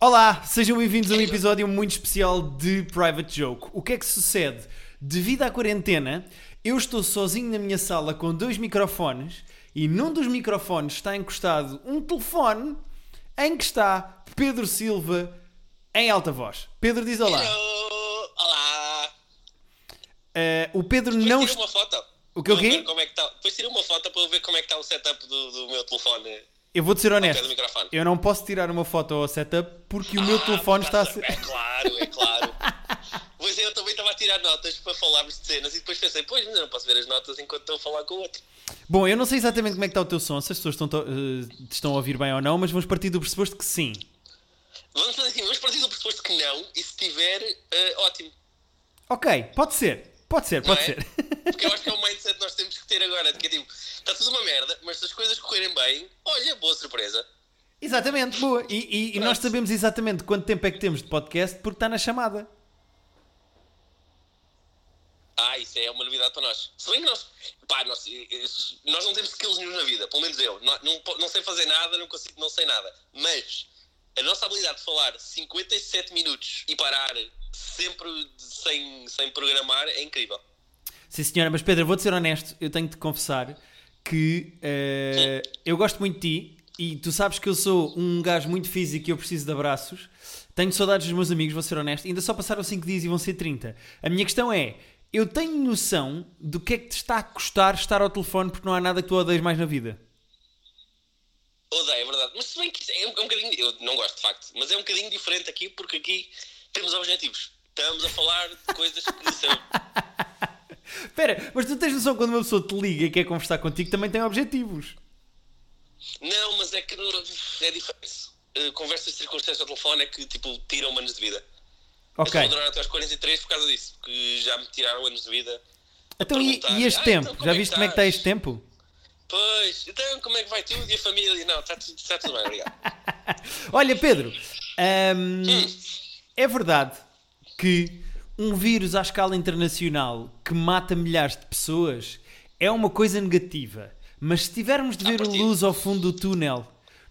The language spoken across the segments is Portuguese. Olá, sejam bem-vindos a um episódio muito especial de Private Joke. O que é que sucede? Devido à quarentena, eu estou sozinho na minha sala com dois microfones e num dos microfones está encostado um telefone em que está Pedro Silva em alta voz. Pedro diz olá. Hello! Olá! Eh, o Pedro Depois não. tira est- uma foto. O que, o Para quê? ver Como é que tá. Depois tira uma foto para eu ver como é que está o setup do, do meu telefone. Eu vou ser Pé honesto. do microfone. É. Eu não posso tirar uma foto ao setup porque o meu Ah, telefone está a estás ser. É claro, é claro. Pois é, eu também estava a tirar notas para falarmos de cenas e depois pensei, pois, mas eu não posso ver as notas enquanto estou a falar com o outro. Bom, eu não sei exatamente como é que está o teu som, se as pessoas estão, eh, te estão a ouvir bem ou não, mas vamos partir do pressuposto que sim. Vamos fazer assim, vamos partir do pressuposto que não e se tiver, eh, ótimo. Ok, pode ser, pode ser, Não pode é? ser. Porque eu acho que é o mindset que nós temos que ter agora. de Que é tipo, está tudo uma merda, mas se as coisas correrem bem, olha, boa surpresa. exatamente, boa. E, e- e nós Pronto. sabemos exatamente quanto tempo é que temos de podcast porque está na chamada. Ah, isso é uma novidade para nós. Se bem que nós, pá, nós, eh, nós não temos skills nenhum na vida, pelo menos eu. Não, não, po- não sei fazer nada, não consigo, não sei nada. Mas a nossa habilidade de falar 57 minutos e parar sempre sem, sem programar é incrível. Sim, senhora, mas Pedro, vou-te ser honesto, eu tenho de te confessar que eh, eu gosto muito de ti e tu sabes que eu sou um gajo muito físico e eu preciso de abraços. Tenho saudades dos meus amigos, vou ser honesto. Ainda só passaram 5 dias e vão ser 30. A minha questão é: eu tenho noção do que é que te está a custar estar ao telefone porque não há nada que tu odeias mais na vida? Odeio, é verdade. Mas se bem que isso é um, é um bocadinho. Eu não gosto, de facto. Mas é um bocadinho diferente aqui, porque aqui temos objetivos. Estamos a falar de coisas que são. Espera, mas tu tens noção quando uma pessoa te liga e quer conversar contigo também tem objetivos. Não, mas é que no- é diferente. Eh, Conversas de circunstância ao telefone é que, tipo, tiram anos de vida. Eu Ok. estou a adorar até aos 43 por causa disso, porque já me tiraram anos de vida. Então e, perguntar, e este "Ah, tempo? então como Já é que viste como é que está estás?" este tempo? Pois, então como é que vai tudo e a família? Não, está tudo, está tudo bem, obrigado. Olha, Pedro, hum, é verdade que um vírus à escala internacional que mata milhares de pessoas é uma coisa negativa. Mas se tivermos de À ver a partida. luz ao fundo do túnel,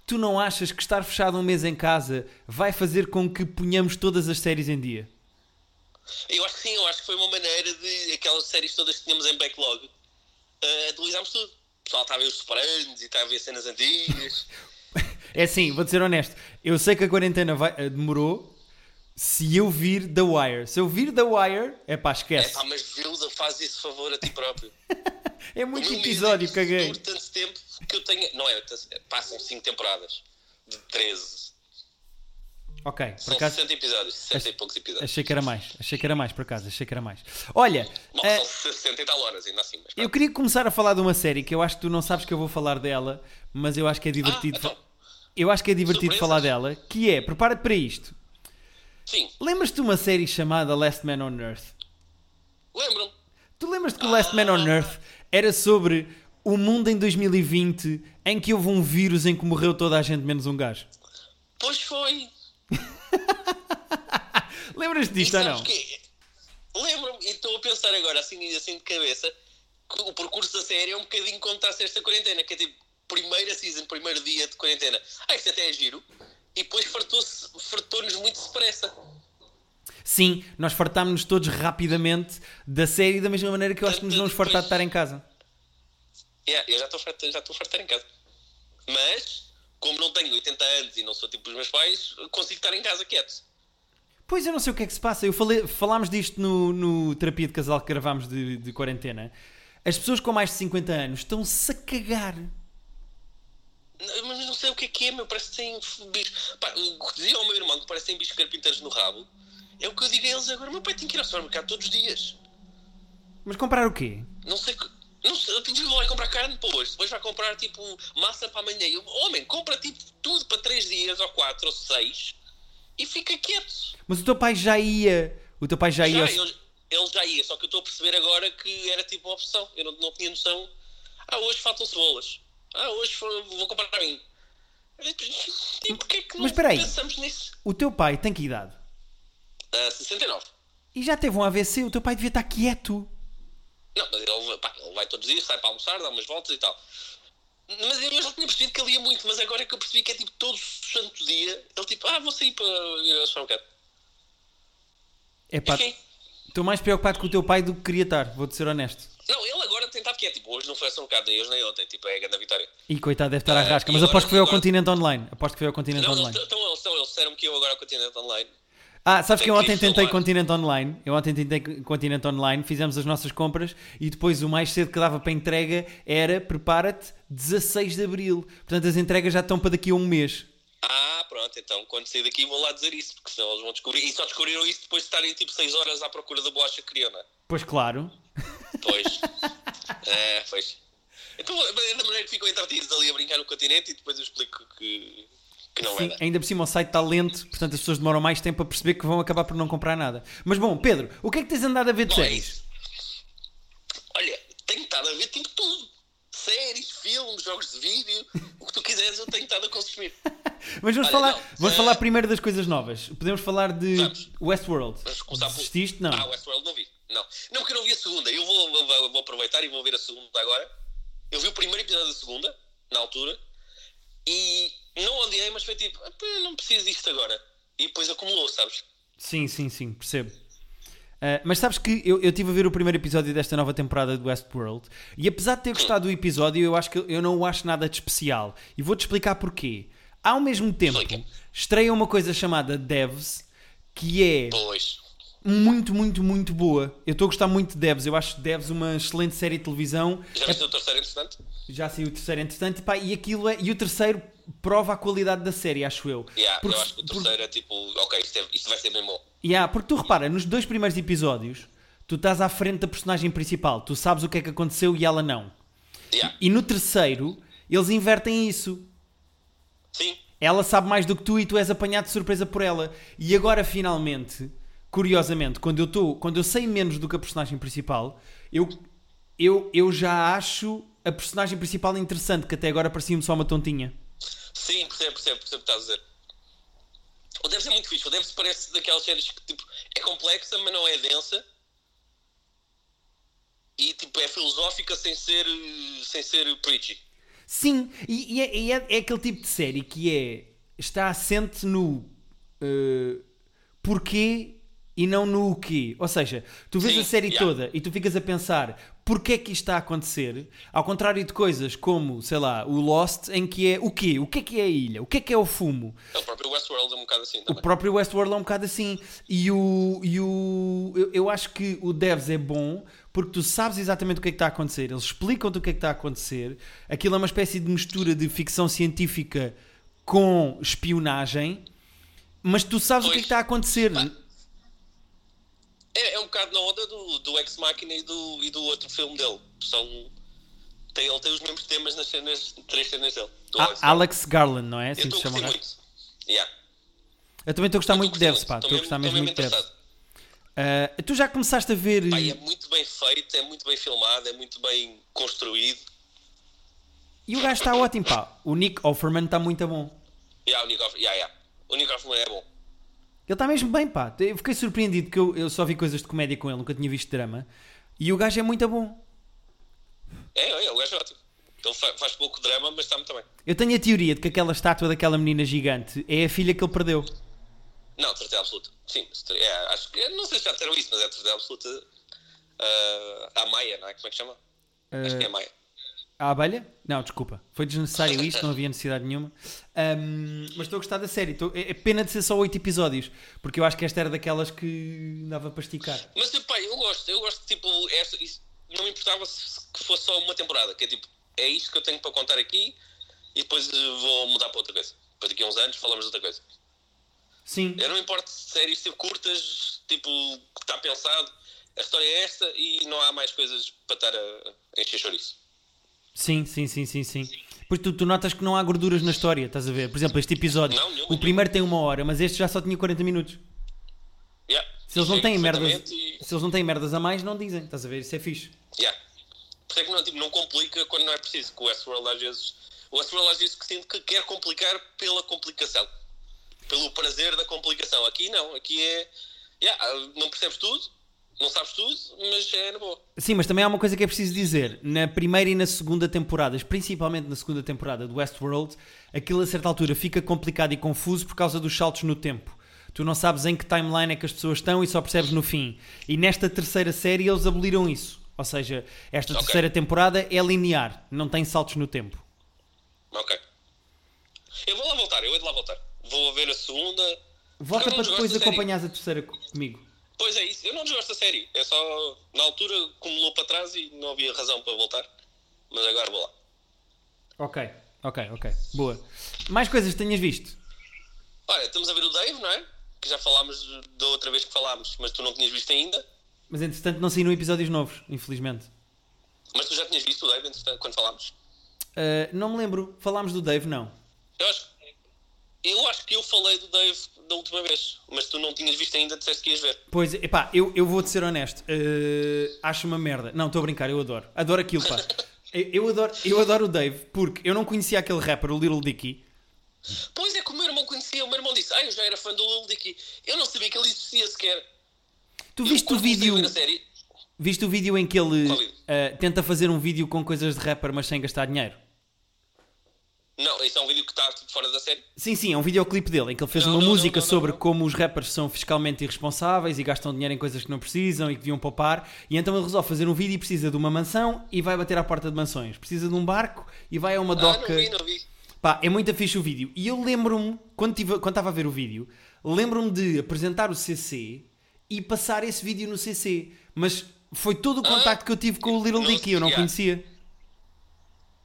tu não achas que estar fechado um mês em casa vai fazer com que ponhamos todas as séries em dia? Eu acho que sim, eu acho que foi uma maneira de aquelas séries todas que tínhamos em backlog, eh, atualizámos tudo. O pessoal está a ver os Sopranos e está a ver cenas antigas. É assim, vou ser honesto. Eu sei que a quarentena vai- eh, demorou. Se eu vir The Wire, se eu vir The Wire, é pá, É esquece. pá, mas Vilda, faz esse favor a ti próprio. É muito O meu episódio, medo é que caguei. Dure tanto tempo que eu tenho. Não é, passam 5 temporadas de 13. Ok, por São acaso 60 episódios, 60 e poucos episódios. Achei que era mais, achei que era mais, por acaso, achei que era mais. Olha, Bom, eh, são 60 e tal horas, ainda assim. Mas eu queria começar a falar de uma série que eu acho que tu não sabes que eu vou falar dela, mas eu acho que é divertido. Ah, então, Eu acho que é divertido Surpresas. falar dela, que é, prepara-te para isto. sim, Lembras-te de uma série chamada Last Man on Earth? lembram-me. Tu lembras-te que o Last Man on Earth era sobre o mundo em 2020 em que houve um vírus em que morreu toda a gente menos um gajo? Pois foi. Lembras-te E disto ou sabes não? quê? Lembro-me, e estou a pensar agora, assim, assim de cabeça, que o percurso da série é um bocadinho como está a ser esta quarentena, que é tipo, primeira season, primeiro dia de quarentena. Ah, isto até é giro. E depois fartou-se- fartou-nos muito depressa. Sim, nós fartámos-nos todos rapidamente da série da mesma maneira que eu acho que nos vamos fartar de estar em casa. Yeah, eu já estou farto- já estou a fartar em casa. Mas, como não tenho 80 anos e não sou tipo os meus pais, consigo estar em casa quieto. Pois eu não sei o que é que se passa. Eu falei, falámos disto no, no terapia de casal que gravámos de, de quarentena. As pessoas com mais de 50 anos estão-se a cagar. Não, Mas não sei o que é que é, meu. Parece que tem bicho. Pá, o que dizia ao meu irmão que parecem bichos carpinteiros no rabo. É o que eu digo a eles agora. Meu pai tem que ir ao supermercado todos os dias. Mas comprar o quê? Não sei. que- Não sei. eu digo, Vai comprar carne para hoje. Depois vai comprar tipo massa para amanhã. Eu, Homem, compra tipo tudo para três dias ou quatro ou seis e fica quieto. Mas o teu pai já ia. O teu pai já ia. Já, ao- ele, ele já ia. Só que eu estou a perceber agora que era tipo uma opção. Eu não, não tinha noção. Ah, hoje faltam cebolas. Ah, hoje vou vou comprar para mim. E porquê é que não Mas espera aí. pensamos nisso? O teu pai tem que idade? Ah, 69. E já teve um AVC. O teu pai devia estar quieto. Não, mas ele, pá, ele vai todos os dias, sai para almoçar, dá umas voltas e tal. Mas eu já tinha percebido que ele ia muito, mas agora é que eu percebi que é tipo todo o santo dia, ele tipo, ah, vou sair para ir ao supermercado. É pá, Fiquei. estou mais preocupado com o teu pai do que queria estar, vou-te ser honesto. Não, ele agora tentava, porque é tipo, hoje não foi ao supermercado, nem hoje nem ontem, tipo, é a grande vitória. E coitado, deve estar à Ah, rasca, e mas agora- aposto que foi ao agora- Continente Online. Aposto que foi ao Continente Não, eles, É Online. então, eles, eles disseram-me que eu agora ao Continente Online. Ah, sabes que eu Tem ontem é que ir tentei falar. Continente Online. Eu ontem tentei Continente Online, fizemos as nossas compras e depois o mais cedo que dava para entrega era, prepara-te, 16 de Abril. Portanto, as entregas já estão para daqui a um mês. Ah, pronto, então quando sair daqui vou lá dizer isso, porque senão eles vão descobrir. E só descobriram isso depois de estarem tipo 6 horas à procura da bolacha que queriam, não é? Pois claro. Pois. é, pois. Então, mas é da maneira que ficam entretidos ali a brincar no continente e depois eu explico que, que não Sim, era. ainda por cima o site está lento, portanto as pessoas demoram mais tempo a perceber que vão acabar por não comprar nada. Mas bom, Pedro, o que é que tens andado a ver de Bom, é séries? isso. Olha, tenho estado a ver tipo tudo. Séries, filmes, jogos de vídeo, o que tu quiseres eu tenho estado a consumir. Mas vamos, Olha, falar, não, vamos eh, falar primeiro das coisas novas. Podemos falar de Vamos. Westworld. Vamos começar por- Desististe? Não. Ah, Westworld não vi. Não. Não, porque eu não vi a segunda. Eu vou, vou- vou- vou aproveitar e vou ver a segunda agora. Eu vi o primeiro episódio da segunda, na altura, e não odiei, mas foi tipo, "Ah, pá, não preciso disto agora. E depois acumulou, sabes? Sim, sim, sim, percebo. Ah, mas sabes que eu eu estive a ver o primeiro episódio desta nova temporada do Westworld e apesar de ter gostado do episódio, eu acho que eu não o acho nada de especial. E vou-te explicar porquê. Ao mesmo tempo, Explica. estreia uma coisa chamada Devs, que é Pois. muito, muito, muito boa. Eu estou a gostar muito de Devs. Eu acho Devs uma excelente série de televisão. Já viste é o terceiro, entretanto? Já saiu o terceiro, entretanto, e, pá, e aquilo é, e o terceiro prova a qualidade da série, acho eu. Yeah, Porque- eu acho que o porque- terceiro é tipo, ok, isto, é- isto vai ser bem bom. Yeah, porque tu repara, nos dois primeiros episódios, tu estás à frente da personagem principal, tu sabes o que é que aconteceu e ela não. Yeah. E no terceiro, eles invertem isso. Sim. Ela sabe mais do que tu e tu és apanhado de surpresa por ela. E agora, finalmente, curiosamente, quando eu, tô, quando eu sei menos do que a personagem principal, eu, eu, eu já acho a personagem principal interessante, que até agora parecia-me só uma tontinha. Sim, percebo, percebo, percebo o que estás a dizer. O Devs é muito fixe. O Devs parece daquelas séries que tipo, é complexa, mas não é densa. E tipo, é filosófica sem ser, eh, sem ser preachy. Sim, e, e é, e é- é aquele tipo de série que é está assente no eh, porquê e não no o quê. Ou seja, tu vês Sim, a série yeah. toda e tu ficas a pensar porquê é que isto está a acontecer, ao contrário de coisas como, sei lá, o Lost, em que é o quê? O que é que é a ilha? O que é que é o fumo? É o próprio Westworld é um bocado assim O também. próprio Westworld é um bocado assim. E o. E o eu, eu acho que o Devs é bom porque tu sabes exatamente o que é que está a acontecer. Eles explicam-te o que é que está a acontecer. Aquilo é uma espécie de mistura de ficção científica com espionagem, mas tu sabes o que é Pois. que está a acontecer. Pá. É, é um bocado na onda do, do Ex Machina e do, e do outro filme dele. São, tem, ele tem os mesmos temas nas cenas, três cenas dele. Do Ah, Alex Garland. Alex Garland, não é? Eu Assim estou se a chama o curtir gajo. muito. Yeah. Eu também estou a gostar Eu É muito de curtir Devs, pá. Estou Estou a gostar mesmo estou muito de Devs. interessado. Ah, tu já começaste a ver. eh, Pá, e é muito bem feito, é muito bem filmado, é muito bem construído. E o gajo está ótimo, pá. O Nick Offerman está muito bom. Yeah, o Nick Hoff- yeah, yeah. O Nick Hoffman é bom. Ele está mesmo bem, pá. Eu fiquei surpreendido porque eu, eu só vi coisas de comédia com ele, nunca tinha visto drama. E o gajo é muito bom. É, é, é, o gajo é ótimo. Ele fa- faz pouco drama, mas está muito bem. Eu tenho a teoria de que aquela estátua daquela menina gigante é a filha que ele perdeu. Não, certeza absoluta. Sim, certeza- é, acho que. eu Não sei se já disseram isso, mas é certeza absoluta. ah, a Maia, não é? Como é que chama? Acho que é a Maia. A abelha? Não, desculpa. Foi desnecessário isto, não havia necessidade nenhuma. Ahm, mas estou a gostar da série. Estou- É é pena de ser só oito episódios, porque eu acho que esta era daquelas que dava para esticar. Mas epá, eu gosto, eu gosto tipo, esta, isso- não me importava se que fosse só uma temporada, que é tipo, é isto que eu tenho para contar aqui e depois eh, vou mudar para outra coisa. Depois daqui a uns anos falamos de outra coisa. Sim. Eu não me importo de séries tipo, curtas, tipo, que está pensado, a história é esta e não há mais coisas para estar a encher chouriço. Sim, sim, sim, sim, sim. Pois tu, tu notas que não há gorduras na história, estás a ver? Por exemplo, este episódio. Não, nenhuma, o primeiro tem uma hora, mas este já só tinha 40 minutos. Yeah. Se eles não têm Chega merdas, perfeitamente E, se eles não têm merdas a mais, não dizem. Estás a ver? Isso é fixe. yeah. Por isso é que não, tipo, não complica quando não é preciso, que o Westworld às vezes. O Westworld às vezes que sente que quer complicar pela complicação. Pelo prazer da complicação. Aqui não, aqui é. yeah, ah, não percebes tudo, Não sabes tudo, mas é na boa. Sim, mas também há uma coisa que é preciso dizer. Na primeira e na segunda temporadas, principalmente na segunda temporada do Westworld, aquilo a certa altura fica complicado e confuso por causa dos saltos no tempo. Tu não sabes em que timeline é que as pessoas estão e só percebes no fim. E nesta terceira série eles aboliram isso. Ou seja, esta Ok. terceira temporada é linear, não tem saltos no tempo. Ok. Eu vou lá voltar, eu hei de lá voltar. Vou ver a segunda. Volta Porque eu para não desgosto depois da série. acompanhares a terceira co- comigo. Pois é isso, eu não desgosto da série. É só, na altura, acumulou para trás e não havia razão para voltar. Mas agora vou lá. Ok, ok, ok. Boa. Mais coisas que tenhas visto? Olha, estamos a ver o Dave, não é? Que já falámos da outra vez que falámos, mas tu não tinhas visto ainda. Mas entretanto não saíram episódios novos, infelizmente. Mas tu já tinhas visto o Dave entretanto, quando falámos. Ah, não me lembro. Falámos do Dave, não. Eu acho, eu acho que eu falei do Dave da última vez, mas tu não tinhas visto ainda, disseste que ias ver. Pois, epá, eu, eu vou-te ser honesto. eh, acho uma merda. Não, estou a brincar, eu adoro. Adoro aquilo, pá. Eu, eu adoro, eu adoro o Dave porque eu não conhecia aquele rapper, o Little Dicky. Pois é que o meu irmão conhecia, o meu irmão disse, ah, eu já era fã do Lil Dicky. Eu não sabia que ele existia sequer. Tu Eu, viste o quando comecei a vídeo ver a série, viste o vídeo em que ele Qual vídeo? eh, tenta fazer um vídeo com coisas de rapper, mas sem gastar dinheiro? Não, isso é um vídeo que está tipo, fora da série. Sim, sim, é um videoclipe dele em que ele fez Não, uma não, não, música não, não, sobre não. como os rappers são fiscalmente irresponsáveis e gastam dinheiro em coisas que não precisam e que deviam poupar. E então ele resolve fazer um vídeo e precisa de uma mansão e vai bater à porta de mansões. Precisa de um barco e vai a uma Ah, doca. não vi, não vi. Pá, é muito fixe o vídeo. E eu lembro-me, quando estive- quando estava a ver o vídeo, lembro-me de apresentar o CC e passar esse vídeo no CC. Mas foi todo o Ah, contacto que eu tive com o Little não Dicky, eu não sabia. conhecia.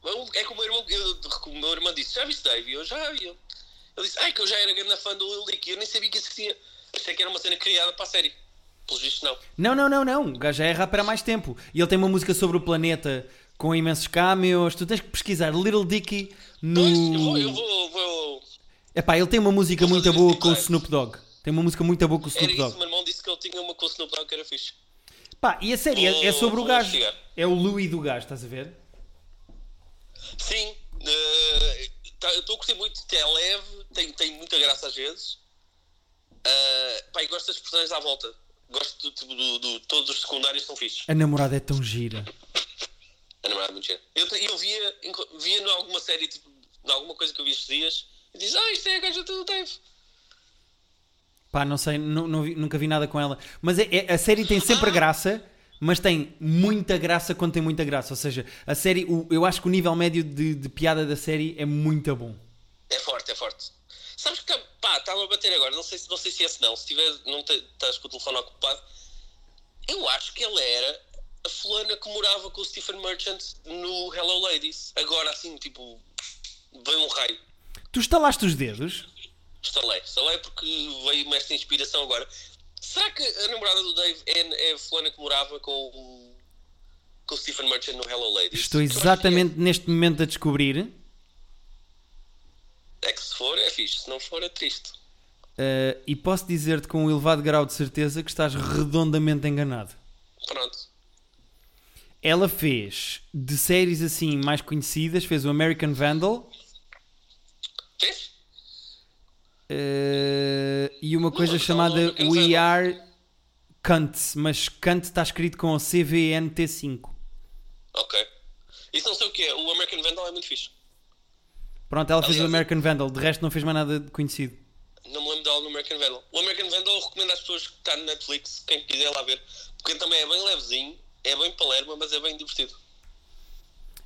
Eu- É que o meu irmão, eu, o meu irmão disse, já viste Dave? Eu já vi. Ele disse, ai, que eu já era grande fã do Lil Dicky, eu nem sabia que existia. Achei que era uma cena criada para a série. Pelos vistos, não. Não, não, não, não. O gajo já é rapper há mais tempo. E ele tem uma música sobre o planeta com imensos cameos. Tu tens que pesquisar Little Dicky Pois, eu vou, eu no. vou, vou- Epá, ele tem uma música Vou muito fazer boa esse com o tipo de- Snoop Dogg. Tem uma música muito boa com o Era Snoop isso, o Dogg. meu irmão disse que ele tinha uma com o Snoop Dogg que era fixe. Pá, e a série é- é Vou- sobre o vou gajo. investigar. É o Louis do gajo, estás a ver? Sim, eh, tá- eu estou a curtir muito, é leve, tem, tem muita graça às vezes. Eh, pá, e gosto das personagens à volta. Gosto do, tipo, do, do- todos os secundários são fixes. A namorada é tão gira. A namorada é muito gira. Eu, te- eu via, enco- via em alguma série, tipo, em alguma coisa que eu vi estes dias, e diz, ah, isto é a gaja do Dave. Pá, não sei, nu- não vi- nunca vi nada com ela. Mas é- é- a série tem sempre Ah! graça, mas tem muita graça quando tem muita graça. Ou seja, a série, o- eu acho que o nível médio de, de piada da série é muito bom. É forte, é forte. Sabes que, pá, estava a bater agora, não sei, se- não sei se é esse não, se tiver, não te- estás com o telefone ocupado. Eu acho que ela era a fulana que morava com o Stephen Merchant no Hello Ladies. Agora, assim, tipo, veio um raio. Tu estalaste os dedos? Estalei, estalei porque veio-me esta inspiração agora. Será que a namorada do Dave é, é a fulana que morava com o, com o Stephen Merchant no Hello Ladies? Estou Eu acho que é. exatamente neste momento a descobrir. É que se for, é fixe. Se não for, é triste. eh, e posso dizer-te com um elevado grau de certeza que estás redondamente enganado. Pronto. Ela fez de séries assim mais conhecidas, fez o American Vandal Fez? eh, e uma coisa não, chamada American We Vandal. Are Cunt, mas Cunt está escrito com CVNT5. Ok. Isso não sei o que é. O American Vandal é muito fixe. Pronto, ela fez o Aliás, American Vandal, de resto não fez mais nada de conhecido. Não me lembro dela no American Vandal. O American Vandal eu recomendo às pessoas que está no Netflix, quem quiser lá ver. Porque também é bem levezinho, é bem palerma, mas é bem divertido.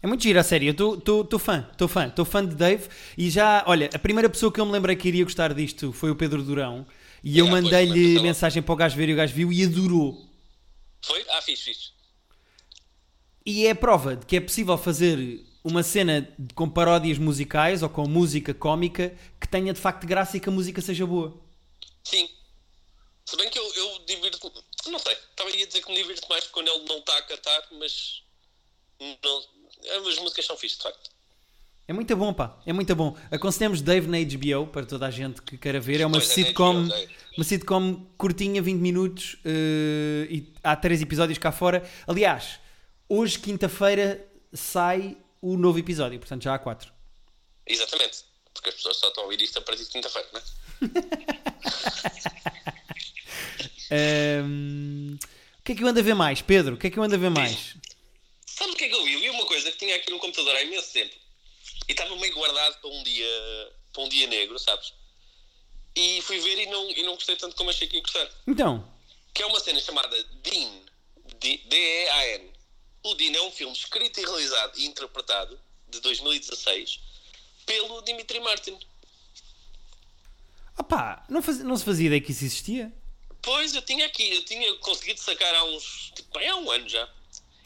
É muito giro, a série. Eu estou fã, estou fã, estou fã de Dave. E já, olha, a primeira pessoa que eu me lembrei que iria gostar disto foi o Pedro Durão. E eu Yeah, pois, também mandei-lhe pensava. mensagem para o gajo ver e o gajo viu e adorou. Foi? Ah, fixe, fixe. E é a prova de que é possível fazer uma cena de- com paródias musicais ou com música cómica que tenha de facto graça e que a música seja boa. Sim. Se bem que eu, eu divirto Não sei. Estava aí a dizer que me divirto mais quando ele não está a cantar, mas. Não... As músicas são fixe, de facto. É muito bom, pá. É muito bom. Aconselhamos Dave na HBO para toda a gente que queira ver. É uma Pois é, na sitcom, HBO, Dave. uma sitcom curtinha, 20 minutos, eh, e há três episódios cá fora. Aliás, hoje quinta-feira sai o novo episódio, portanto já há quatro. Exatamente. Porque as pessoas só estão a ouvir isto a partir de quinta-feira, não é? Ahm, que é que eu ando a ver mais, Pedro? O que é que eu ando a ver mais? Sabe o que é que eu vi? Eu vi uma coisa que tinha aqui no computador há imenso tempo e estava meio guardado para um dia, para um dia negro, sabes? E fui ver e não, e não gostei tanto como achei que ia gostar. Então, Que é uma cena chamada Dean. D- D-E-A-N. O Dean é um filme escrito e realizado e interpretado de 2016 pelo Dimitri Martin. opá, não, faz- não se fazia ideia que isso existia. Pois, eu tinha aqui, eu tinha conseguido sacar há uns. Tipo, bem, há um ano já.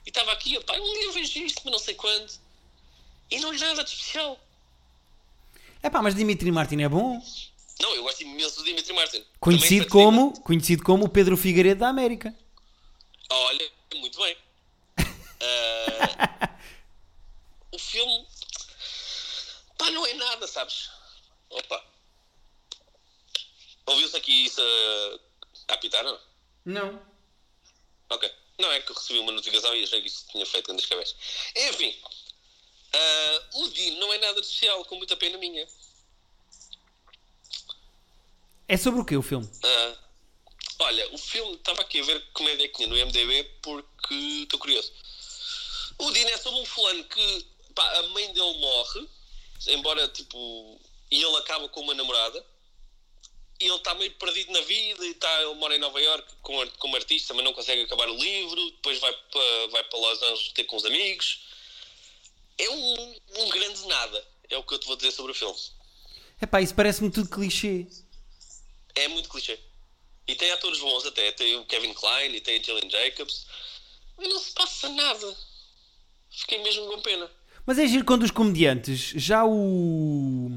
E estava aqui, pá, um dia eu vejo isto, mas não sei quando. E não é nada de especial. É pá, mas Dimitri Martin é bom. Não, eu gosto imenso do Dimitri Martin. Conhecido Também participa- como, conhecido como o Pedro Figueiredo da América. Olha, muito bem. Ah, o filme. Pá, não é nada, sabes? Opa. Ouviu-se aqui isso a apitar, não? Não. Ok. Não é que eu recebi uma notificação e achei que isso tinha feito grandes cabeças. Enfim. ah, o Dino não é nada de especial, com muita pena minha. É sobre o quê o filme? Ah, olha, o filme estava aqui a ver como é que tinha no MDB porque estou curioso. O Dino é sobre um fulano que pá, a mãe dele morre, embora tipo. E ele acaba com uma namorada. E ele está meio perdido na vida e tá, ele mora em Nova Iorque como, ar- como artista, mas não consegue acabar o livro, depois vai para vai para Los Angeles ter com os amigos. É um, um grande nada, é o que eu te vou dizer sobre o filme. É pá, isso parece-me tudo clichê. É muito clichê. E tem atores bons até. Tem o Kevin Klein e tem a Jalen Jacobs. Mas não se passa nada. Fiquei mesmo com pena. Mas é giro quando os comediantes, já o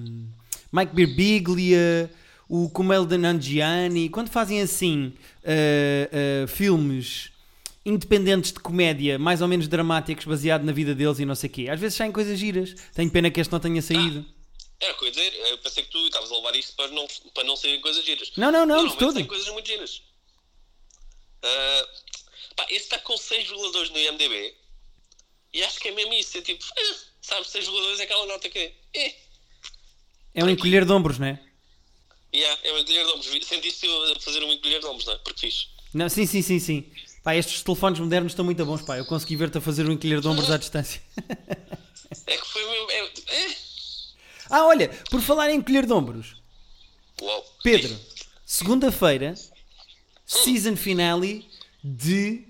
Mike Birbiglia, o Kumel Nanjiani, quando fazem assim ah, ah, filmes independentes de comédia, mais ou menos dramáticos, baseado na vida deles e não sei o quê, às vezes saem coisas giras. Tenho pena que este não tenha saído. Era o que eu ia dizer. Eu pensei que tu estavas a levar isto para não, para não serem coisas giras. Não, não, não, de Normalmente todo. Tem coisas muito giras. Ah, pá, este está com 6,2 no IMDB. E acho que é mesmo isso. É tipo, ah, sabe, 6,2 é aquela nota que é. Eh. É um encolher de ombros, não é? Yeah, é um encolher de ombros. Sentiste eu a fazer um encolher de ombros, não é? Porque fiz. Não, sim, sim, sim, sim. Pá, estes telefones modernos estão muito bons, pá. Eu consegui ver-te a fazer um encolher de ombros à distância. É que foi mesmo. É, eh. ah, olha, por falar em encolher de ombros, Uau. Pedro, segunda-feira, season finale de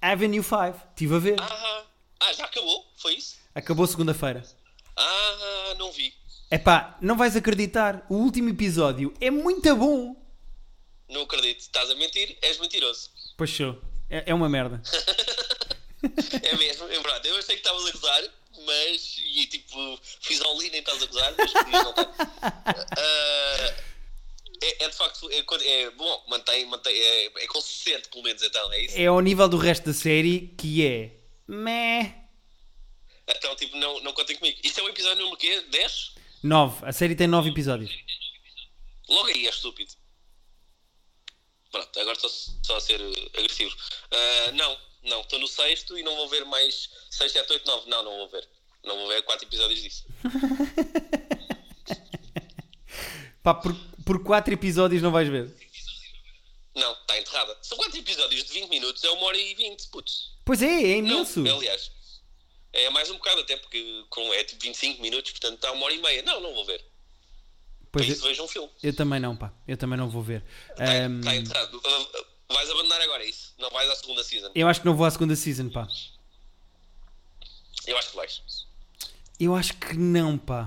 Avenue 5. Estive a ver. Ah, ah, já acabou? Foi isso? Acabou segunda-feira. Ah, não vi. É pá, não vais acreditar, o último episódio é muito bom. Não acredito. Estás a mentir? És mentiroso. Paixão, é, é uma merda. É mesmo, é verdade. Eu achei que estavas a gozar, mas. E tipo, fiz all in e estás a gozar, mas podias não estar. Ah, é, é de facto. É, quando- é bom, mantém, mantém. É, é consistente, pelo menos, então, é isso? É ao nível do resto da série que é. Meh. Então, tipo, não, não contem comigo. Isto é o episódio número quê? 10? 9. A série tem 9 episódios. Logo aí é estúpido. Pronto, agora estou só a ser eh, agressivo. Ah, não, não, estou no sexto e não vou ver mais 6, 7, 8, 9. Não, não vou ver. Não vou ver quatro episódios disso. Pá, por, por 4 episódios não vais ver. Não, está enterrada. São quatro episódios de 20 minutos, é uma hora e 20, putz. Pois é, é Não, imenso. aliás. É mais um bocado, até porque com, é tipo 25 minutos, portanto está uma hora e meia. Não, não vou ver. Para Pois isso é, vejo um filme. eu também não, pá. Eu também não vou ver. Está Ahm, enterrado. Ah, ah, vais abandonar agora é isso. Não vais à segunda season. eu acho que não vou à segunda season, pá. Eu acho que vais. Eu acho que não, pá.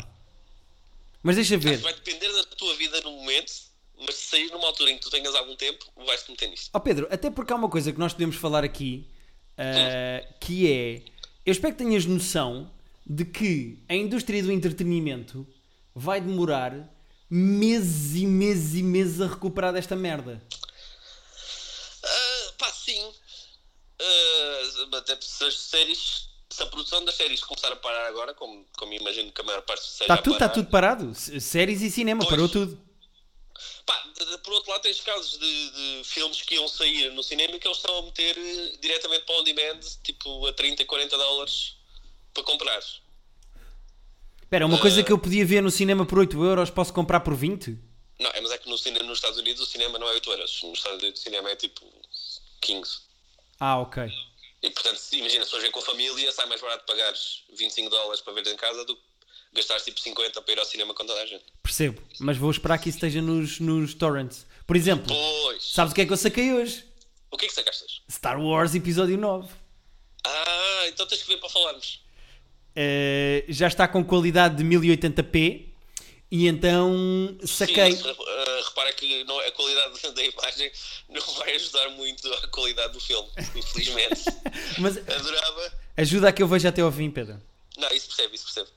Mas deixa ver. Vai depender da tua vida no momento, mas se sair numa altura em que tu tenhas algum tempo, vais-te meter nisto. Ó Pedro, até porque há uma coisa que nós podemos falar aqui, ah, que é, eu espero que tenhas noção de que a indústria do entretenimento vai demorar meses e meses e meses a recuperar desta merda. Ah, pá, sim. Ah, até se as séries. Se a produção das séries começar a parar agora, como, como imagino que a maior parte seja. Está a Tá tudo, está parar, tudo parado. S- Séries e cinema, Pois. parou tudo. Pá, de- de- por outro lado, tens casos de, de filmes que iam sair no cinema que eles estão a meter eh, diretamente para on demand, tipo a 30, 40 dólares para comprar. Espera, uma coisa que eu podia ver no cinema por 8 euros, posso comprar por 20? Não, é, mas é que no cinema, nos Estados Unidos o cinema não é 8 euros. Nos Estados Unidos o cinema é tipo 15. Ah, ok. E portanto, se- imagina, se fores ver com a família, sai mais barato pagares 25 dólares para ver em casa do que gastares tipo 50 para ir ao cinema com toda a gente. Percebo. Mas vou esperar que isso esteja nos, nos torrents. Por exemplo, Pois! sabes o que é que eu saquei hoje? O que é que sacaste? Star Wars Episódio 9. Ah, então tens que ver para falarmos. Eh, já está com qualidade de 1080p e então saquei. Sim, mas, ah, repara que não- a qualidade da imagem não vai ajudar muito à qualidade do filme, infelizmente. Mas Adorava. ajuda a que eu veja até ao fim, Pedro. Não, isso percebe, isso percebe.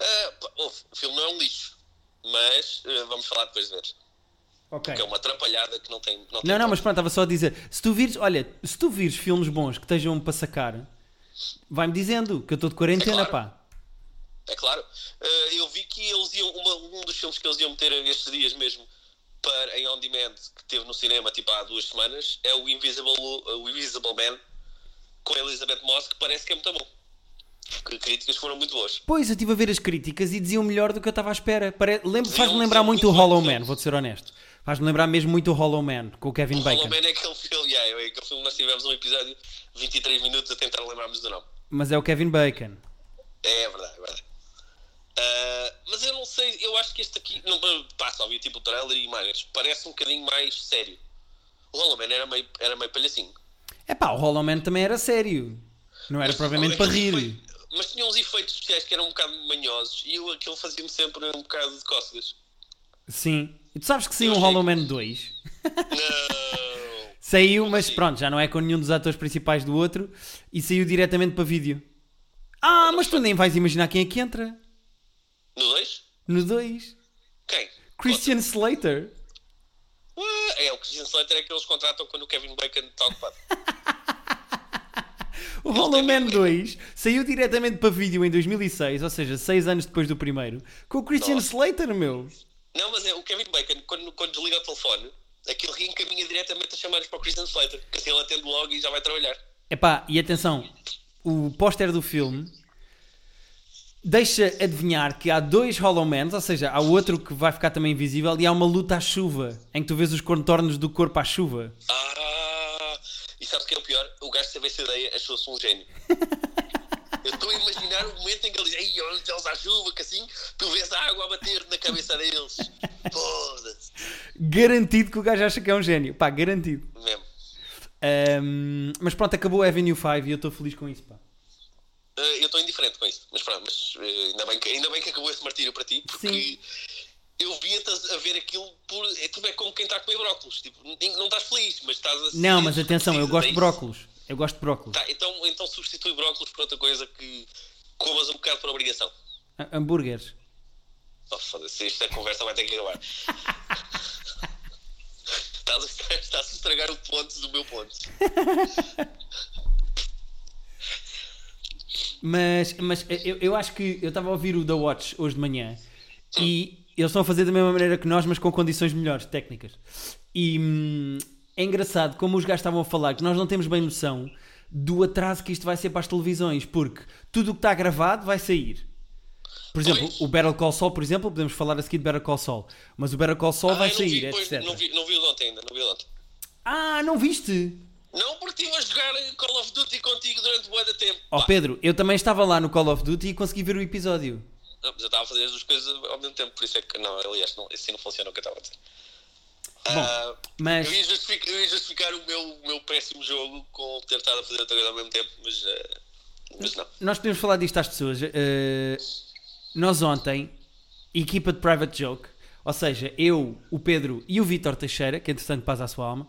Ah, pá, ouve, o filme não é um lixo, mas ah, vamos falar depois de ver. Ok. Que é uma atrapalhada que não tem. Não, tem Não, não, nada. mas pronto, estava só a dizer. Se tu vires, olha, se tu vires filmes bons que estejam para sacar, vai-me dizendo que eu estou de quarentena, É claro. pá. É claro. Eh, eu vi que eles iam. uma- um dos filmes que eles iam meter estes dias mesmo para, em On Demand, que teve no cinema tipo há duas semanas, é o Invisible, o Invisible Man com a Elizabeth Moss, que parece que é muito bom. Que críticas foram muito boas. Pois, eu estive a ver as críticas e diziam melhor do que eu estava à espera. Pare... lembra- Diziam- Faz-me lembrar diziam muito o muito Hollow bem. Man, vou-te ser honesto. Faz-me lembrar mesmo muito o Hollow Man com o Kevin O Bacon. Hollow Man é aquele filme, yeah, é aquele filme que nós tivemos um episódio 23 minutos a tentar lembrarmos do nome. Mas é o Kevin Bacon. É, é verdade, é verdade. Ah, mas eu não sei, eu acho que este aqui, não, pá, só vi tipo o trailer e imagens, parece um bocadinho mais sério. O Hollow Man era meio, era meio palhacinho. É pá, o Hollow Man também era sério. Não era provavelmente para rir. Mas tinha uns efeitos especiais que eram um bocado manhosos e eu, aquilo fazia-me sempre um bocado de cócegas. Sim. E tu sabes que saiu Eu um sei. Hollow Man 2? Não! Saiu, mas Sim. pronto, já não é com nenhum dos atores principais do outro. E saiu diretamente para vídeo. Ah, mas tu nem vais imaginar quem é que entra No 2? no 2. Quem? Christian Slater. Ah, É, o Christian Slater é que eles contratam quando o Kevin Bacon está ocupado. O Hollow Man têm- 2 saiu diretamente para vídeo em 2006, ou seja, 6 anos depois do primeiro, com o Christian Nossa. Slater, meu. Não, mas é o Kevin Bacon, quando, quando desliga o telefone, aquilo reencaminha diretamente as chamadas para o Christian Slater, que assim ele atende logo e já vai trabalhar. Epá, e atenção, o póster do filme deixa adivinhar que há dois Hollow Mans, ou seja, há outro que vai ficar também invisível e há uma luta à chuva, em que tu vês os contornos do corpo à chuva. Ah! E sabes o que é o pior? O gajo teve essa ideia, achou-se um gênio. Eu estou a imaginar o momento em que ele diz: Ei, olha eles à chuva, que assim tu vês a água a bater na cabeça deles. Foda-se. Garantido que o gajo acha que é um gênio. Pá, garantido. Mesmo. Ahm, mas pronto, acabou a Avenue 5 e eu estou feliz com isso, pá. Eh, eu estou indiferente com isso, mas pronto, mas eh, ainda, bem que, ainda bem que acabou esse martírio para ti, porque Sim. eu via-te a- a ver aquilo por. É, tu é como quem está a comer brócolos, tipo, nem- não estás feliz, mas estás a. Não, sentir mas que atenção, eu precisas, gosto é de isso. brócolos. Eu gosto de brócolos. Tá, então, então substitui brócolos por outra coisa que comas um bocado por obrigação. Ha- Hambúrgueres. Oh, foda-se, esta conversa vai ter que acabar. Estás a estra- estás a estragar o ponto do meu ponto. Mas, mas eh, eu, eu acho que eu estava a ouvir o The Watch hoje de manhã e eles estão a fazer da mesma maneira que nós, mas com condições melhores, técnicas. E hum, é engraçado como os gajos estavam a falar que nós não temos bem noção do atraso que isto vai ser para as televisões, porque tudo o que está gravado vai sair. Por exemplo, Pois. o Battle Call Saul, por exemplo, podemos falar a seguir de Battle Call Saul, mas o Battle Call Saul vai Ah, eu não sair, é vi, pois, etc. Não vi, não vi o de ontem ainda, não vi o de ontem. Ah, não viste? Não porque estive a jogar Call of Duty contigo durante boa da tempo. Ó Pá. Pedro, eu também estava lá no Call of Duty e consegui ver o episódio. Não, mas eu estava a fazer as duas coisas ao mesmo tempo, por isso é que não, aliás, não, assim não funciona o que eu estava a dizer. Ah, mas- eu, ia justificar, eu ia justificar o meu, o meu péssimo jogo com ter estado a fazer outra coisa ao mesmo tempo, mas, ah, mas não. Nós podemos falar disto às pessoas. eh, nós ontem, equipa de Private Joke, ou seja, eu, o Pedro e o Vítor Teixeira, que entretanto paz à sua alma,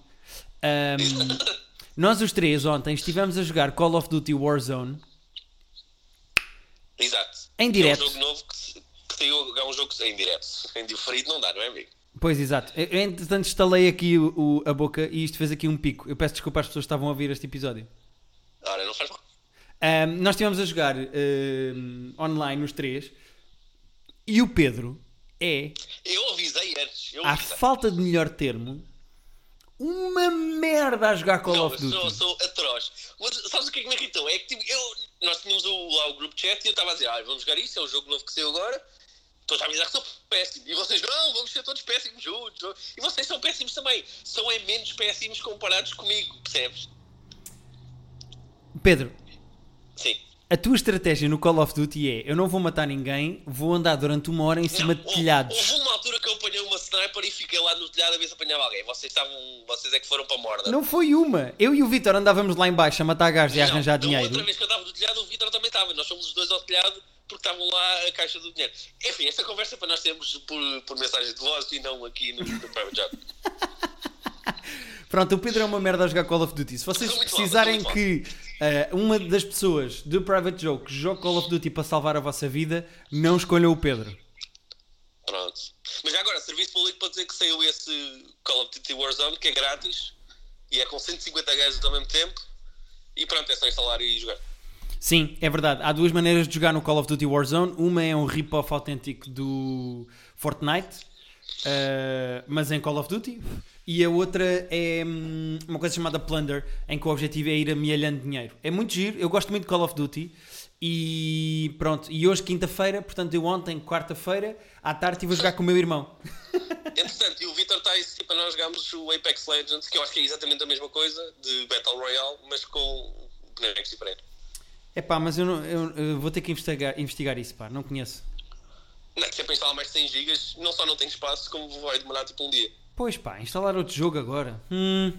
ahm, nós os três ontem estivemos a jogar Call of Duty Warzone. Exato. Em É direto. um jogo novo que, se- que saiu, é um jogo que se- em direto. Em diferido não dá, não é, amigo? Pois, exato. Eu, eu, entretanto, estalei aqui o- o- a boca e isto fez aqui um pico. Eu peço desculpa às pessoas que estavam a ouvir este episódio. Ora, não faz mal. Ahm, nós estivemos a jogar ahm, online, os três, e o Pedro é Eu avisei antes. Eu à avisei. falta de melhor termo, uma merda a jogar Call Não, of eu sou, Duty. sou atroz. Mas sabes o que é que me irritou? É que tipo, eu, nós tínhamos o, lá o grupo chat e eu estava a dizer, ah, vamos jogar isto, é o jogo novo que saiu agora. Estou já a avisar que sou péssimo. E vocês, não, vamos ser todos péssimos juntos. E vocês são péssimos também. São é menos péssimos comparados comigo, percebes? Pedro, Sim. a tua estratégia no Call of Duty é: eu não vou matar ninguém, vou andar durante uma hora em cima de Houve- telhados. Houve uma altura que eu apanhei uma sniper e fiquei lá no telhado a ver se apanhava alguém. Vocês estavam. Vocês é que foram para a morda. Não foi uma. Eu e o Vitor andávamos lá embaixo a matar gajos e a Não, é um arranjar da dinheiro. outra vez que eu estava no telhado, o Vitor também estava. Nós fomos os dois ao telhado porque estavam lá a caixa do dinheiro. Enfim, esta conversa é para nós termos por, por mensagem de voz e não aqui no, no Private Job. Pronto, o Pedro é uma merda a jogar Call of Duty. Se vocês Sou muito precisarem mal, sou que eh, uma das pessoas do Private Joke que jogue Call of Duty para salvar a vossa vida, não escolham o Pedro. Pronto. Mas já agora, serviço público para dizer que saiu esse Call of Duty Warzone que é grátis e é com 150 gajos ao mesmo tempo. E pronto, é só instalar e jogar. Sim, é verdade. Há duas maneiras de jogar no Call of Duty Warzone. Uma é um rip-off autêntico do Fortnite, eh, mas em Call of Duty. E a outra é hum, uma coisa chamada Plunder, em que o objetivo é ir amealhando dinheiro. É muito giro, eu gosto muito de Call of Duty. E pronto, e hoje quinta-feira, portanto eu ontem, quarta-feira, à tarde estive a jogar com o meu irmão. Entretanto, e o Vitor está aí sim, para nós jogarmos o Apex Legends, que eu acho que é exatamente a mesma coisa de Battle Royale, mas com bonecos diferentes. Epá, mas eu, não- eu- eu vou ter que investigar, investigar isso, pá, não conheço. Não, que se é para instalar mais de 100 gigas, não só não tem espaço, como vai demorar tipo um dia. Pois pá, instalar outro jogo agora. Hum,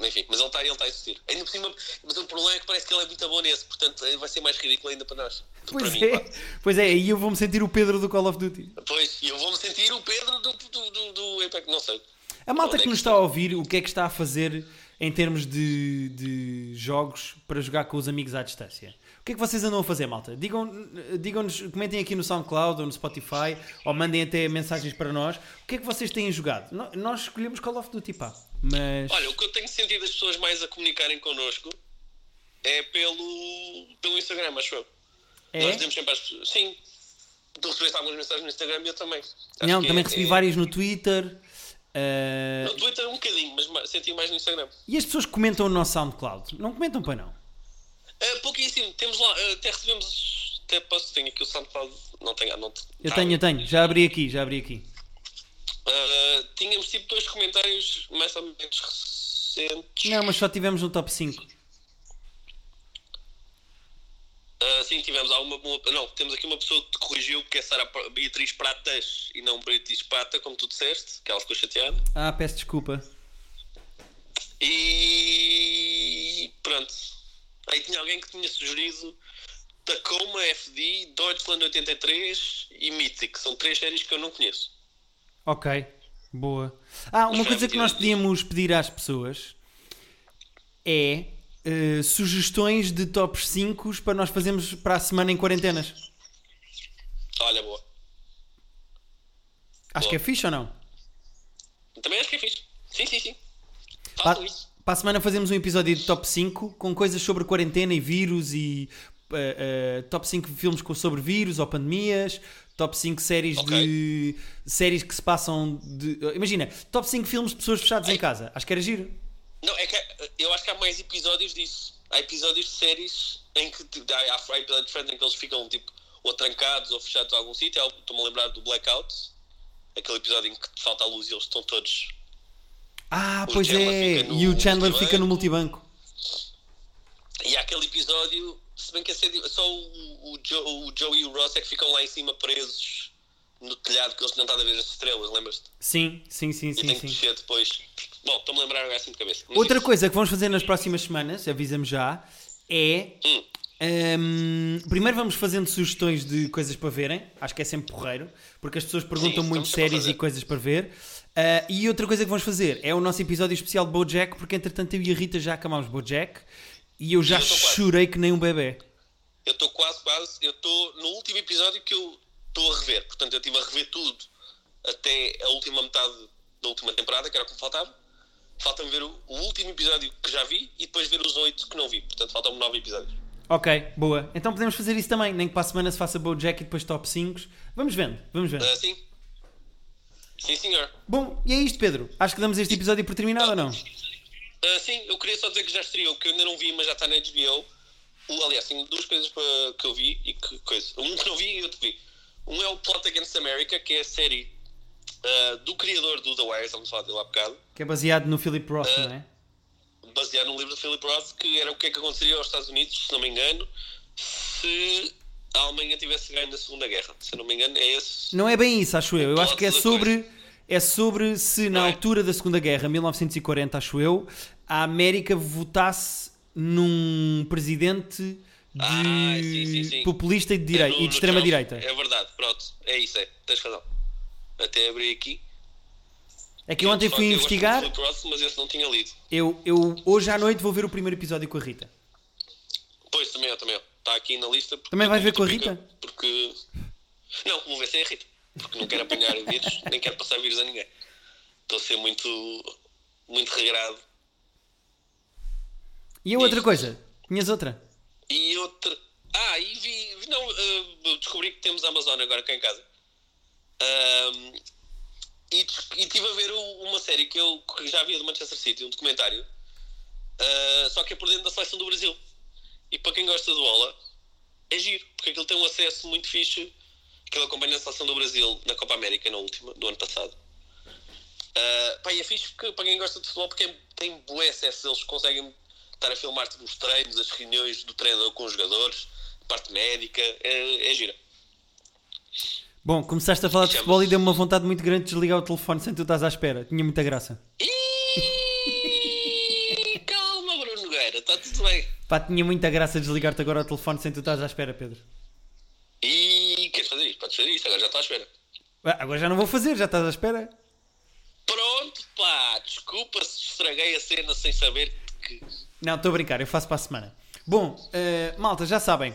Enfim, mas ele está ele tá a existir. Ainda por cima, mas o problema é que parece que ele é muito bom nesse, portanto eh, vai ser mais ridículo ainda para nós. para pois mim, é, pois é, aí eu vou-me sentir o Pedro do Call of Duty. pá. Pois, e eu vou-me sentir o Pedro do, do, do, do Apex, não sei. A malta Onde é que nos está? está a ouvir, o que é que está a fazer em termos de, de jogos para jogar com os amigos à distância? O que é que vocês andam a fazer, malta? Digam- Digam-nos, comentem aqui no SoundCloud ou no Spotify ou mandem até mensagens para nós. O que é que vocês têm jogado? No- Nós escolhemos Call of Duty, pá. Mas. Olha, o que eu tenho sentido as pessoas mais a comunicarem connosco é pelo, pelo Instagram, acho eu. Nós é? dizemos sempre às pessoas. Sim. Tu recebeste algumas mensagens no Instagram e eu também. Acho Não, que também é- recebi é- várias no Twitter. eh, No Twitter um bocadinho, mas ma- senti mais no Instagram. e as pessoas que comentam no nosso SoundCloud. Não comentam para não. Ah, pouquíssimo. Temos lá, ah, até recebemos. Até posso, tenho aqui o SoundCloud. Não tenho, ah, não te- Eu tá. tenho, eu tenho. Já abri aqui, já abri aqui. Ah, tínhamos tipo dois comentários mais ou menos recentes. Não, mas só tivemos no top 5. Ah, sim, tivemos alguma. Uma, não, temos aqui uma pessoa que te corrigiu que é Sara Pra- Beatriz Pratas e não Beatriz Prata, como tu disseste, que ela ficou chateada. Ah, peço desculpa. E pronto. Aí tinha alguém que tinha sugerido Tacoma FD, Deutschland 83 e Mythic. São três séries que eu não conheço. Ok, boa. Ah, uma Mas coisa foi que nós muito divertido. podíamos pedir às pessoas é eh, sugestões de tops 5 para nós fazermos para a semana em quarentenas. Olha, boa. Acho Boa. que é fixe ou não? Também acho que é fixe. Sim, sim, sim. Pa- Façam Para, isso. a semana fazemos um episódio de top 5 com coisas sobre quarentena e vírus e eh, eh, top 5 filmes com- sobre vírus ou pandemias, top 5 séries Ok. de séries que se passam de. Imagina, top 5 filmes de pessoas fechadas em casa. Acho que era giro. Não, é que há- eu acho que há mais episódios disso. Há episódios de séries em que tipo, há, há há episódios diferentes em que eles ficam tipo ou trancados ou fechados a algum sítio. Há- Estou-me a lembrar do Blackout, aquele episódio em que falta a luz e eles estão todos Ah, O pois Chandler é! fica no E o Chandler multibanco. fica no multibanco. E há aquele episódio, se bem que é sério, só o, o, Joe, o Joe e o Ross é que ficam lá em cima presos no telhado que eles não estão a ver as estrelas, lembras-te? Sim, sim, sim, E sim, tem que sim. descer depois. Bom, estou-me a lembrar agora assim de cabeça. Mas Outra isso- coisa que vamos fazer nas próximas semanas, avisamos já, é. Hum. hum, primeiro vamos fazendo sugestões de coisas para verem, acho que é sempre porreiro, porque as pessoas perguntam isso muito estamos sempre a séries e então fazer. coisas para ver. Ah, e outra coisa que vamos fazer é o nosso episódio especial de Bojack, porque entretanto eu e a Rita já acabámos Bojack e eu já eu tô quase. chorei que nem um bebê. Eu estou quase, quase, eu estou no último episódio que eu estou a rever. Portanto, eu estive a rever tudo até a última metade da última temporada, que era o que me faltava. Falta-me ver o, o último episódio que já vi e depois ver os oito que não vi. Portanto, faltam-me nove episódios. Ok, boa. Então podemos fazer isso também, nem que para a semana se faça Bojack e depois top 5. Vamos vendo, vamos vendo. Ah, sim? Sim, senhor. Bom, e é isto, Pedro. Acho que damos este episódio por terminado ou não? Ah, sim, eu queria só dizer que já estreou, que eu ainda não vi, mas já está na HBO. O, aliás, tenho duas coisas para- que eu vi e que coisa. Um que não vi e outro que vi. Um é o Plot Against America, que é a série ah, do criador do The Wire, estamos a falar dele há bocado, Que é baseado no Philip Roth, não é? baseado num livro do Philip Roth, que era o que é que aconteceria aos Estados Unidos, se não me engano, se a Alemanha tivesse ganho na Segunda Guerra. Se não me engano, é esse. Não é bem isso, acho eu. Eu acho que é Pode sobre. É sobre se na Não é? altura da Segunda Guerra, 1940, acho eu, a América votasse num presidente de Ah, sim, sim, sim. populista e de, direi- É no- e no de extrema-direita. Trump. É verdade, pronto. É isso, é. Tens razão. Até abri aqui. É que eu ontem Só fui que eu investigar, gosto muito do Philip Roth, mas esse não tinha lido. eu, eu hoje à noite vou ver o primeiro episódio com a Rita. Pois, também eu, também eu. Está aqui na lista. porque- Também vais ver com a porque- Rita? Porque... Não, vou ver sem a Rita. Porque não quero apanhar vírus, nem quero passar vírus a ninguém. Estou a ser muito, muito regrado. E a outra Isso. coisa? Tinhas outra? E outra... Ah, e vi... vi- Não, ah, descobri que temos Amazon agora cá em casa. Ahm, e des- e estive a ver o- uma série que eu que já havia do Manchester City, um documentário. ah, só que é por dentro da seleção do Brasil. E para quem gosta de bola, é giro, porque aquilo tem um acesso muito fixe. Aquilo acompanha a seleção do Brasil na Copa América, na última, do ano passado. Uh, pá, e é fixe porque, para quem gosta de futebol, porque é- tem bué acesso, eles conseguem estar a filmar tipo, os treinos, as reuniões do treinador com os jogadores, a parte médica, é, é gira. Bom, começaste a falar de Chama-se- futebol e deu-me uma vontade muito grande de desligar o telefone sem tu estás à espera. Tinha muita graça. Ih, Calma, Bruno Nogueira, está tudo bem. Pá, tinha muita graça desligar-te agora o telefone sem tu estás à espera, Pedro. E queres fazer isto? Podes fazer isto, agora já estou à espera. Ah, Agora já não vou fazer, já estás à espera. Pronto, pá, desculpa se estraguei a cena sem saber que. Não, estou a brincar, eu faço para a semana. Bom, eh, malta, já sabem.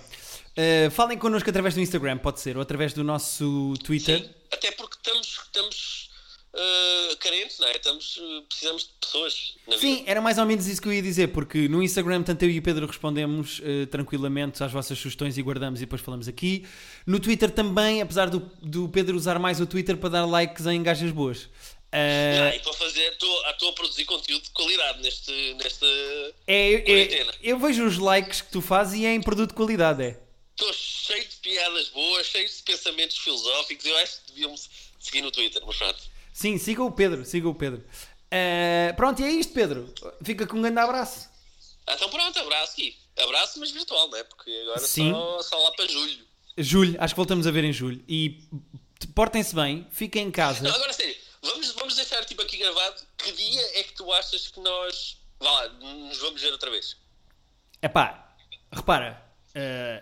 eh, falem connosco através do Instagram, pode ser, ou através do nosso Twitter. Sim, até porque estamos, estamos ah, carentes, não é? Estamos, ah, precisamos de pessoas na vida. Sim, era mais ou menos isso que eu ia dizer, porque no Instagram tanto eu e o Pedro respondemos eh, tranquilamente às vossas sugestões e guardamos e depois falamos aqui. No Twitter também, apesar do, do Pedro usar mais o Twitter para dar likes em gajas boas. Eh, Ah, e para fazer, estou estou a produzir conteúdo de qualidade neste. neste... é, é- Quarentena. eu vejo os likes que tu fazes e é em produto de qualidade, é. Estou cheio de piadas boas, cheio de pensamentos filosóficos. Eu acho que devíamos seguir no Twitter, mas pronto. Sim, siga o Pedro, siga o Pedro. Eh, pronto, e é isto, Pedro. Fica com um grande abraço. Ah, então pronto, abraço aqui. Abraço, mas virtual, não é? Porque agora Sim. só, só lá para julho. Julho, acho que voltamos a ver em julho. E te- portem-se bem, fiquem em casa. Não, agora sério, vamos, vamos deixar tipo aqui gravado que dia é que tu achas que nós. Vá lá, nos vamos ver outra vez. Epá, repara, eh,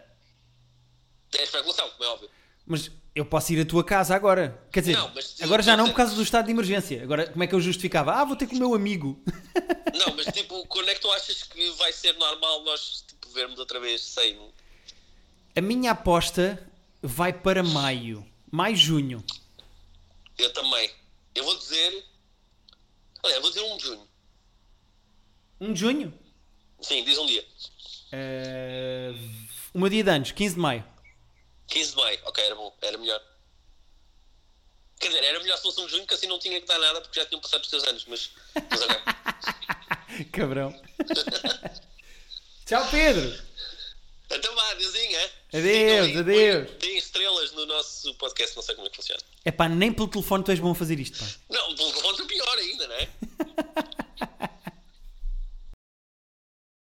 É especulação, como é óbvio. mas eu posso ir à tua casa agora. Quer dizer, Não, mas- agora já não por causa do estado de emergência. Agora, como é que eu justificava? Ah, vou ter com o meu amigo. Não, mas tipo, quando é que tu achas que vai ser normal nós tipo, vermos outra vez sem. A minha aposta vai para maio. Maio, junho. Eu também. Eu vou dizer. Olha, eu vou dizer um de junho. 1 de Um junho? Sim, diz um dia. Eh, o meu dia de anos, 15 de maio. 15 de maio. Ok, era bom. Era melhor. Quer dizer, era melhor se fosse um de junho, que assim não tinha que dar nada, porque já tinham passado os teus anos. Mas. Mas olha. Cabrão. Tchau, Pedro. então vá, adeusinho, é? Adeus, Fiquem aí. adeus. Deem estrelas no nosso podcast, não sei como é que funciona. Epá, nem pelo telefone tu és bom a fazer isto, pá. Não, o telefone é pior ainda, não é?